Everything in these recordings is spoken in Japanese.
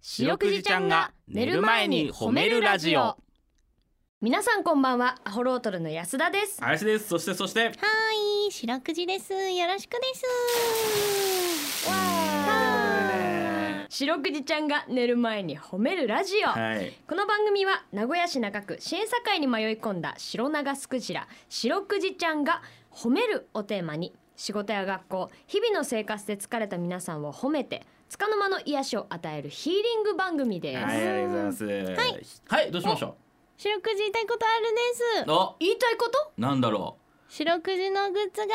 白くじちゃんが寝る前に褒めるラジオ皆さんこんばんはアホロートルの安田です林ですそしてそしてはい、白くじです。よろしくです。白くじちゃんが寝る前に褒めるラジオ、はいこの番組は名古屋市中区新栄に迷い込んだ白長スクジラ白くじちゃんが褒めるをテーマに仕事や学校日々の生活で疲れた皆さんを褒めて束の間の癒しを与えるヒーリング番組です、はいありがとうございますはい、どうしましょ白くじ言いたいことあるんうでお言いたいことなんだろう白くじのグッズがついに届いたで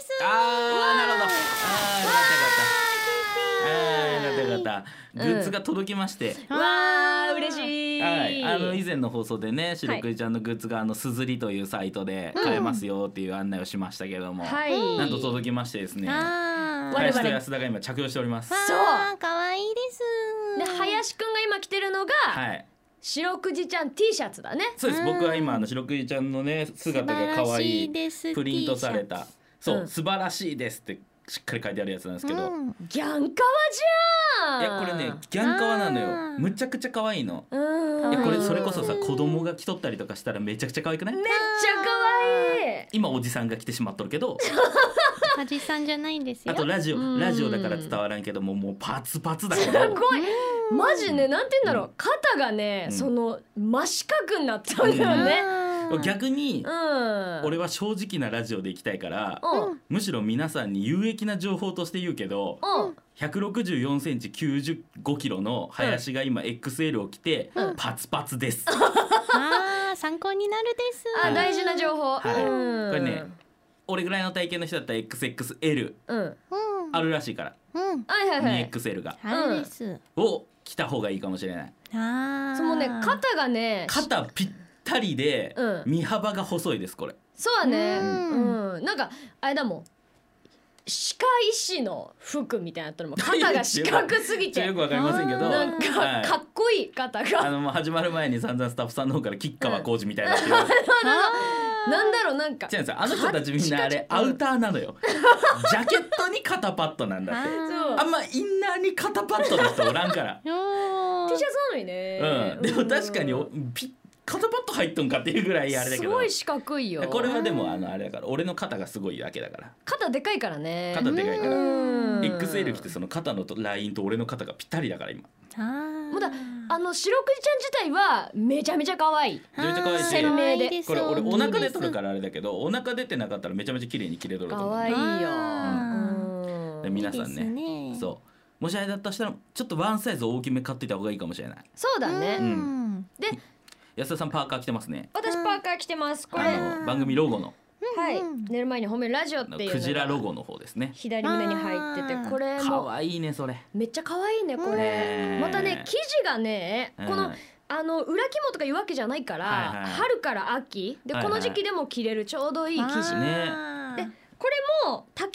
す。あーなるほどあーよかったよかったあーよかったよかったグッズが届きまして、わあ嬉しい、はい、あの以前の放送でね白くじちゃんのグッズがあのすずりというサイトで買えますよっていう案内をしましたけども、はいなんと届きましてですねあ我ー々林と安田が今着用しておりますそうわー可愛いです。で林くんが今着てるのが、はい白くじちゃん T シャツだねそうです僕は今あの白くじちゃんのね姿が可愛い素晴らしいですプリントされ T シたャツそう、うん素晴らしいですってしっかり書いてあるやつなんですけど、うんギャンカワいじゃやんこれねギャンカワなのあよーむちゃくちゃ可愛いのうんいやこうれんそれこそさ子供が着とったりとかしたらめちゃくちゃ可愛くないめっちゃ可愛い今おじさんが着てしまっとる けどおじさんじゃないんですよ。あとラジうオんラジオだから伝わらんけどもうもうパツパツだけすどごいマジねなんて言うんだろうう肩がねうんその真四角になっち ゃうんだよねあー逆にうん俺は正直なラジオで行きたいからうんうんむしろ皆さんに有益な情報として言うけどうん164センチ95キロの林が今 XL を着てうんパツパツです。あー参考になるです。あ大事な情報はいうんこれね俺ぐらいの体型の人だったら XXL うんうん。あるらしいからうん。はいはいはい 2XL があるです。を着た方がいいかもしれない。ああ。そのね肩がね肩ぴったりでうん身幅が細いですこれ。そうだねうんうんなんかあれだもん歯科医師の服みたいになってるもん肩が四角すぎちょてっとよくわかりませんけど。なんはかいかっこいい肩あがのもう始まる前に散々スタッフさんの方から吉川浩司みた いなって言われてあーなんだろうなんか違うんですよあの人たちみんな あれカッアチカチウターなのよジャケットに肩パッドなんだってあーそうあんまインナーに肩パッドの人おらんから、 おー T シャツなのにねうん、でも確かにおピ肩パッド入っとんかっていうぐらいあれだけすどごい四角いよこれはでもあのあれだから俺の肩がすごいだけだから肩でかいからね肩でかいからううんん XL 着てその肩のとラインと俺の肩がぴったりだから今あーまだあの白クジちゃん自体はめちゃめちゃ可愛いめちゃめちゃ可愛いし鮮明でこれ俺お腹で取るかららあれだけどお腹出てなかったらめちゃめちゃ綺麗に切れとると思う可愛いよあうでん皆さんねねうそうもしあれだとしたらちょっとワンサイズ大きめ買っていた方がいいかもしれないそうだうねんんで安田さんパーカー着てますね私パーカー着てますこれあはの番組ロゴのいうん寝る前に褒めるラジオっていうのがクジラロゴの方ですね左胸に入ってあてーこれ可も愛いねそれめっちゃ可愛いねこねれえまたね生地がねうんこのあの裏肝とかいうわけじゃないから、はいはい春から秋で、はいはいこの時期でも着れるちょうどいい生地ねあーでこれも丈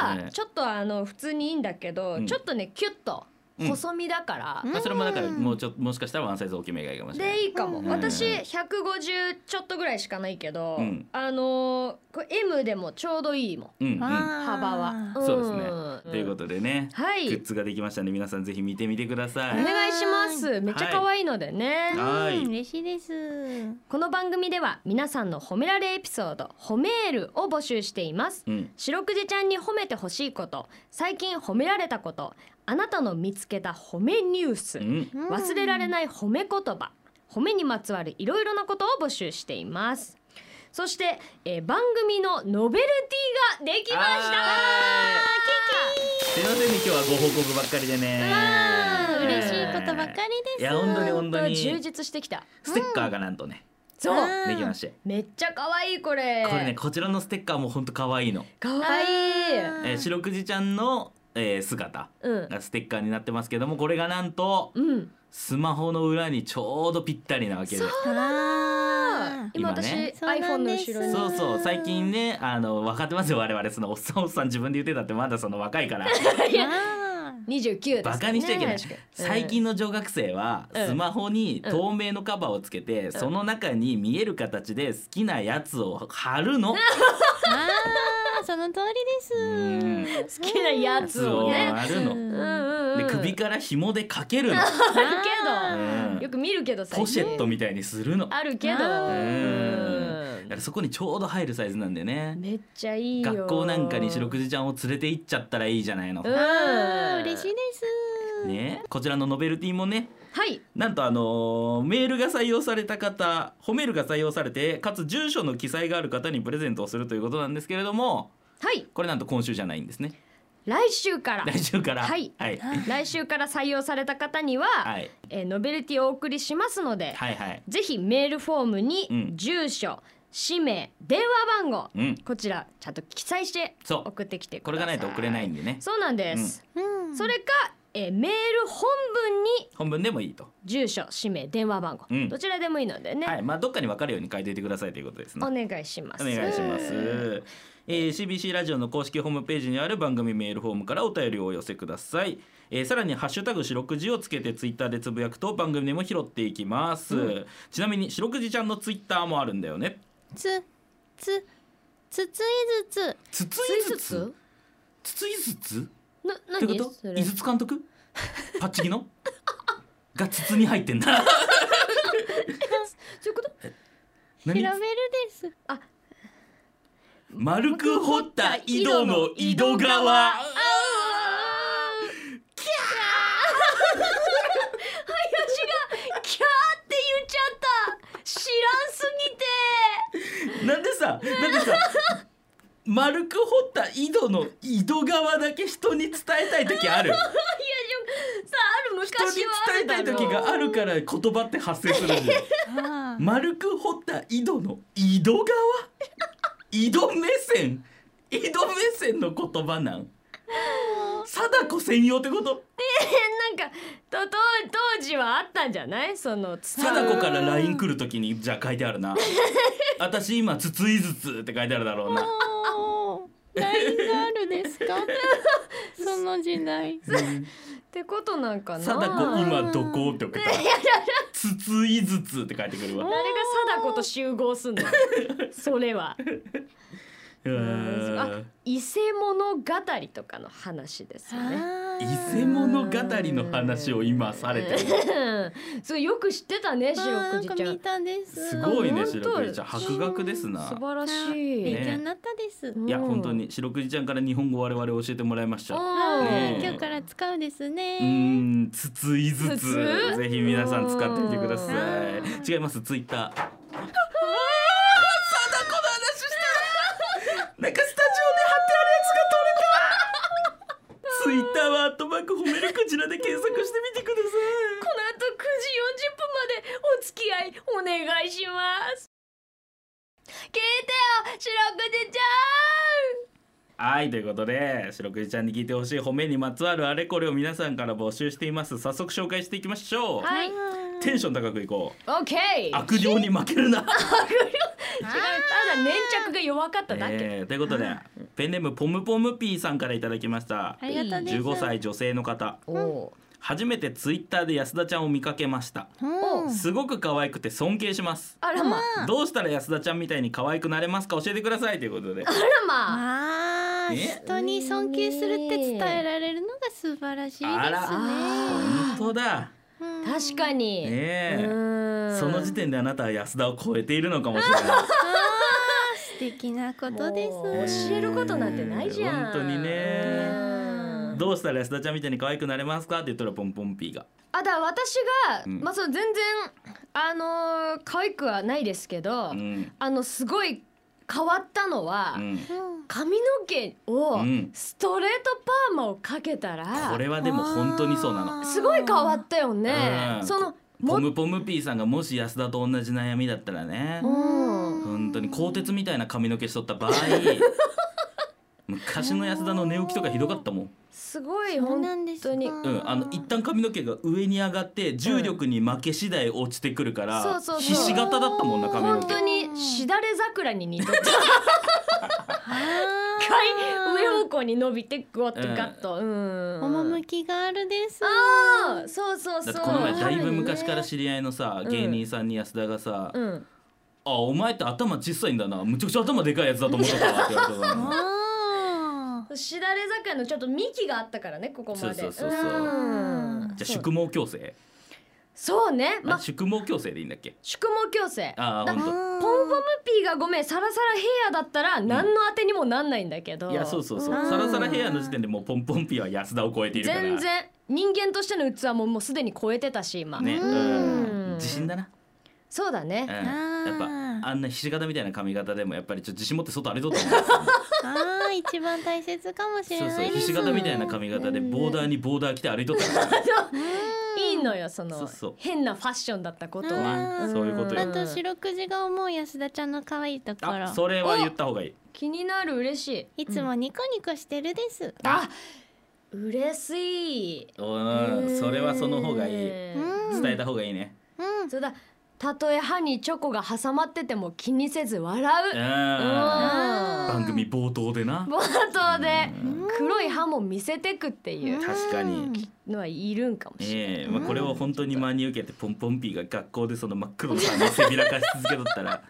感えはえちょっとあの普通にいいんだけど、うんちょっとねキュッとうん細身だから、まあそれもだからうんもうちょっともしかしたらワンサイズ大きめがいいかもしれないでいいかも、うん私150ちょっとぐらいしかないけど、うんあのーこれ M でもちょうどいいもんうんうん幅は、そうですねんということでねはいグッズができましたんで皆さんぜひ見てみてくださおい願いしますめっちゃ可愛いのでね、あはいうん嬉しいですこの番組では皆さんの褒められエピソード褒めールを募集していますうん白くじちゃんに褒めてほしいこと最近褒められたことあなたの見つけた褒めニュースうんうん忘れられない褒め言葉褒めにまつわるいろいろなことを募集していますそして、えー番組のノベルティができましたすいませんね今日はご報告ばっかりでねうん嬉しいことばっかりですいや本当に本当に充実してきたステッカーがなんとねそううんできましてめっちゃ可愛いこれこれねこちらのステッカーも本当可愛いの可愛いあーえー白くじちゃんのえー姿うんがステッカーになってますけどもこれがなんとうんスマホの裏にちょうどぴったりなわけですあー今今ね私そう iPhone なんのです後ろにそうそう最近ねあの分かってますよ我々そのおっさんおっさん自分で言ってたってまだその若いか らあー29です、ね、バカにしちゃいけない確かに最近の女学生はうんスマホに透明のカバーをつけてその中に見える形で好きなやつを貼るのあその通りです。うん好きなやつをやつをね。あるのうんうんうん。で首から紐でかけるの、あーうんよく見るけどさ。 ポシェットみたいにするのだかあるけど。うんんらそこにちょうど入るサイズなんだよねめっちゃいいよ。学校なんかに白くじちゃんを連れて行っちゃったらいいじゃないのう、あん。ー嬉しい。です。ねこちらのノベルティもねはい。なんとあのーメールが採用された方褒めるが採用されてかつ住所の記載がある方にプレゼントをするということなんですけれどもはい。これなんと今週じゃないんですね来週から。来週からはいはい来週から採用された方には、はいえーノベルティをお送りしますので、はいはいぜひメールフォームうにん住所、氏名電話番号、うんこちらちゃんと記載してそう送ってきてくださいこれがないと送れないんでねそうなんです、うんそれか、えーメール本文に本文でもいいと住所氏名電話番号、うんどちらでもいいのでね、はいまあどっかに分かるように書いていてくださいということですねお願いしますお願いしまうんす。えー、CBC ラジオの公式ホームページにある番組メールフォームからお便りをお寄せください。えー、さらに「ハッシュタグ四六時」をつけてツイッターでつぶやくと番組でも拾っていきます、ちなみに四六時ちゃんのツイッターもあるんだよねつつつついずつつつついいつずつつつついずつっなてこ何とそれ井筒監督パッチギの がつつに入って んだそういうこと調べ何るです。丸く掘った井戸の井戸川がキャーって言っちゃった知らんすぎてなんでさ、なんでさ。丸く掘った井戸の井戸側だけ人に伝えたい時ある。いやでもさある人に昔はある伝だえたいろ時があるから言葉って発生する んだよ。あー丸く掘った井戸の井戸側。井戸目線。井戸目線の言 葉なん。貞子専用ってこと。えなんかとと当時はあったんじゃないそのつ貞子からライン来る時に、じゃあ書いてあるな。私今つついずつって書いてあるだろう な。おーラインがあるです か？その時代。ってことなんかな貞子今どこって送ったら「つついずつ」って書いてくるわ誰が貞子と集合すん のそれはうーあん伊勢物語とかの話ですよねあ伊ー勢物語の話を今されてうるんすごいよく知ってたねあー白なくんじかちゃん見たです。すごいねあ本当白くじちゃん博学です素な晴らしい、ね勉強になったです。うんいや本当に白くじちゃんから日本語我々教えてもらいましたうはうんいねえ今日から使うですーね。んつついずつつつぜひ皆さん使ってみてくださうい違いますツイッターあー貞子の話したなんかスタジオで貼ってあるやつが取れたツイッターはアットマーク褒めるクジラで検索してみてくこのだ後9時40分までお付き合いお願いします聞いてよ白くじちさい。はいということで白くじちゃんに聞いてほしい褒めにまつわるあれこれを皆さんから募集しています早速紹介していきましょう、ゃんはいテンション高くいこうオッケー悪霊に負けるな、違うただ粘着が弱かっただけ、えーということでペンネームポムポムピーさんからいただきましたありがとうです。 15歳女性の方おお初めてツイッターで安田ちゃんを見かけましたうん。すごく可愛くて尊敬しますあらまああどうしたら安田ちゃんみたいに可愛くなれますか教えてくださいということでらまああーね人に尊敬するって伝えられるのが素晴らしいですね。あら本当だうん確かに、ねえうーんその時点であなたは安田を超えているのかもしれない素敵なことでもうねす。教えることなんてないじゃん本当にねうんどうしたら安田ちゃんみたいに可愛くなれますかって言ったらポンポンピーがあだから私が、うんまあその全然あのー可愛くはないですけど、うんあのすごい変わったのは、うんうん髪の毛をうんストレートパーマをかけたら、これはでも本当にそうなのすごい変わったよね、うんそのポもムポムピーさんがもし安田と同じ悩みだったらねうん本当に鋼鉄みたいな髪の毛しとった場合 昔の安田の寝起きとかひどかったもんすごいそう本なんですか当にうん、あの一旦髪の毛が上に上がって重力に負け次第落ちてくるから、そうそうそうひし形だったもんな髪の本毛当にしだれ桜に似てた一あー回上方向に伸びてグワッとガッと、うん趣きがあるです。ああそうそうそだうってこの前だいぶ昔から知り合いのさうん芸人さんに安田がさ「うんあお前って頭小さいんだなむちゃくちゃ頭でかいやつだと思ってたわ」って言われたからあしだれ酒屋のちょっと幹があったからねここまでそうそうそうそうんじゃあ宿毛矯正そうねまああ宿毛矯正でいいんだっけ宿毛矯正ああだほんポンフォムピーがごめんサラサラヘアだったら何の当てにもなんないんだけど、といやそうそうそううんサラサラヘアの時点でもうポンポンピは安田を超えているから全然人間としての器ももうすでに超えてたし今、ねううんん自信だなそうだうんね、ーやっぱあんなひし形みたいな髪型でもやっぱりちょっと自信持って外歩いとったもんですよあー一番大切かもしれそうなそういでひすし形みたいな髪型でボーダーにボーダー着て歩いとったかいいのよそのそうそう変なファッションだったことうは、らんそういうことあよと四六時が思う安田ちゃんの可愛いとこあろそれは言った方がいい気になる嬉しいいつもニコニコしてるですあ嬉しいうんそれはその方がいい伝うんうんえた方がいいねうんそうだたとえ歯にチョコが挟まってても気にせず笑うう、んん番組冒頭でな冒頭でうん黒い歯も見せてくっていう確かにうんのはいるんかもしれない、ええまあ、これを本当に真に受けてポンポンピーが学校でその真っ黒の髪をせびらかし続けとったら、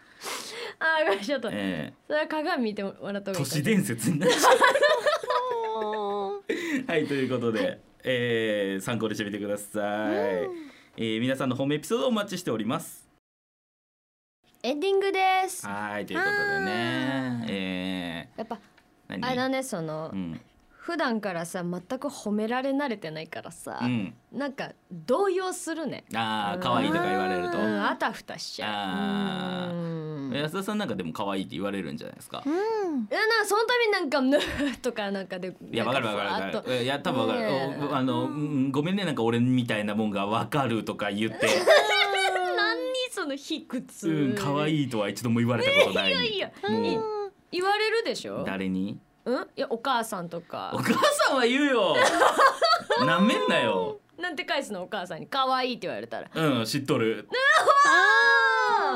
あーごめんちょっと、え それは鏡見てもらった方え都がいいか市伝説になっちゃう。 はいということで、ええ参考にしてみてください。ええ皆さんのホームエピソードをお待ちしております。エンディングですはいということでね、えやっぱえあれだねその、うん、普段からさ全く褒められ慣れてないからさ、うん、なんか動揺するねああ可愛いとか言われるうと、んあたふたしちゃあうーうん安田さんなんかでも可愛いって言われるんじゃないですか。うんいやなんかその度になんか「ぬー」とかなんかでいやわかるわかるわなんかふわっとるいや多分わかる、ねえおあの、うんごめんねなんか俺みたいなもんがわかるとか言って何 その卑屈うん可愛、いとは一度も言われたことない、いやもう言われるでしょ誰にうんいやお母さんとおか母さんは言うよなめんなよなんて返すのお母さんに可愛いって言われたらうん知っとるあ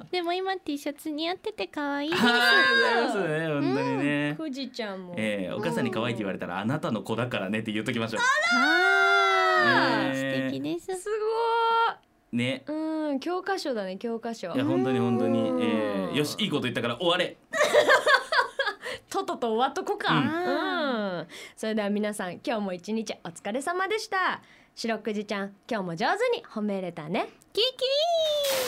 あーでも今 T シャツ似合ってて可愛いですはいありがとうございますね本当にーね、富士ちゃんもえーお母さんに可愛いって言われたらあなたの子だからねって言っときましょあーね素敵ですすうねごーいうん教科書だね教科書いや本当に本当に、うんえーよしいいこと言ったから終われとっとと終わっとこか、ううんんそれでは皆さん今日も一日お疲れ様でした白くじちゃん今日も上手に褒めれたねキキー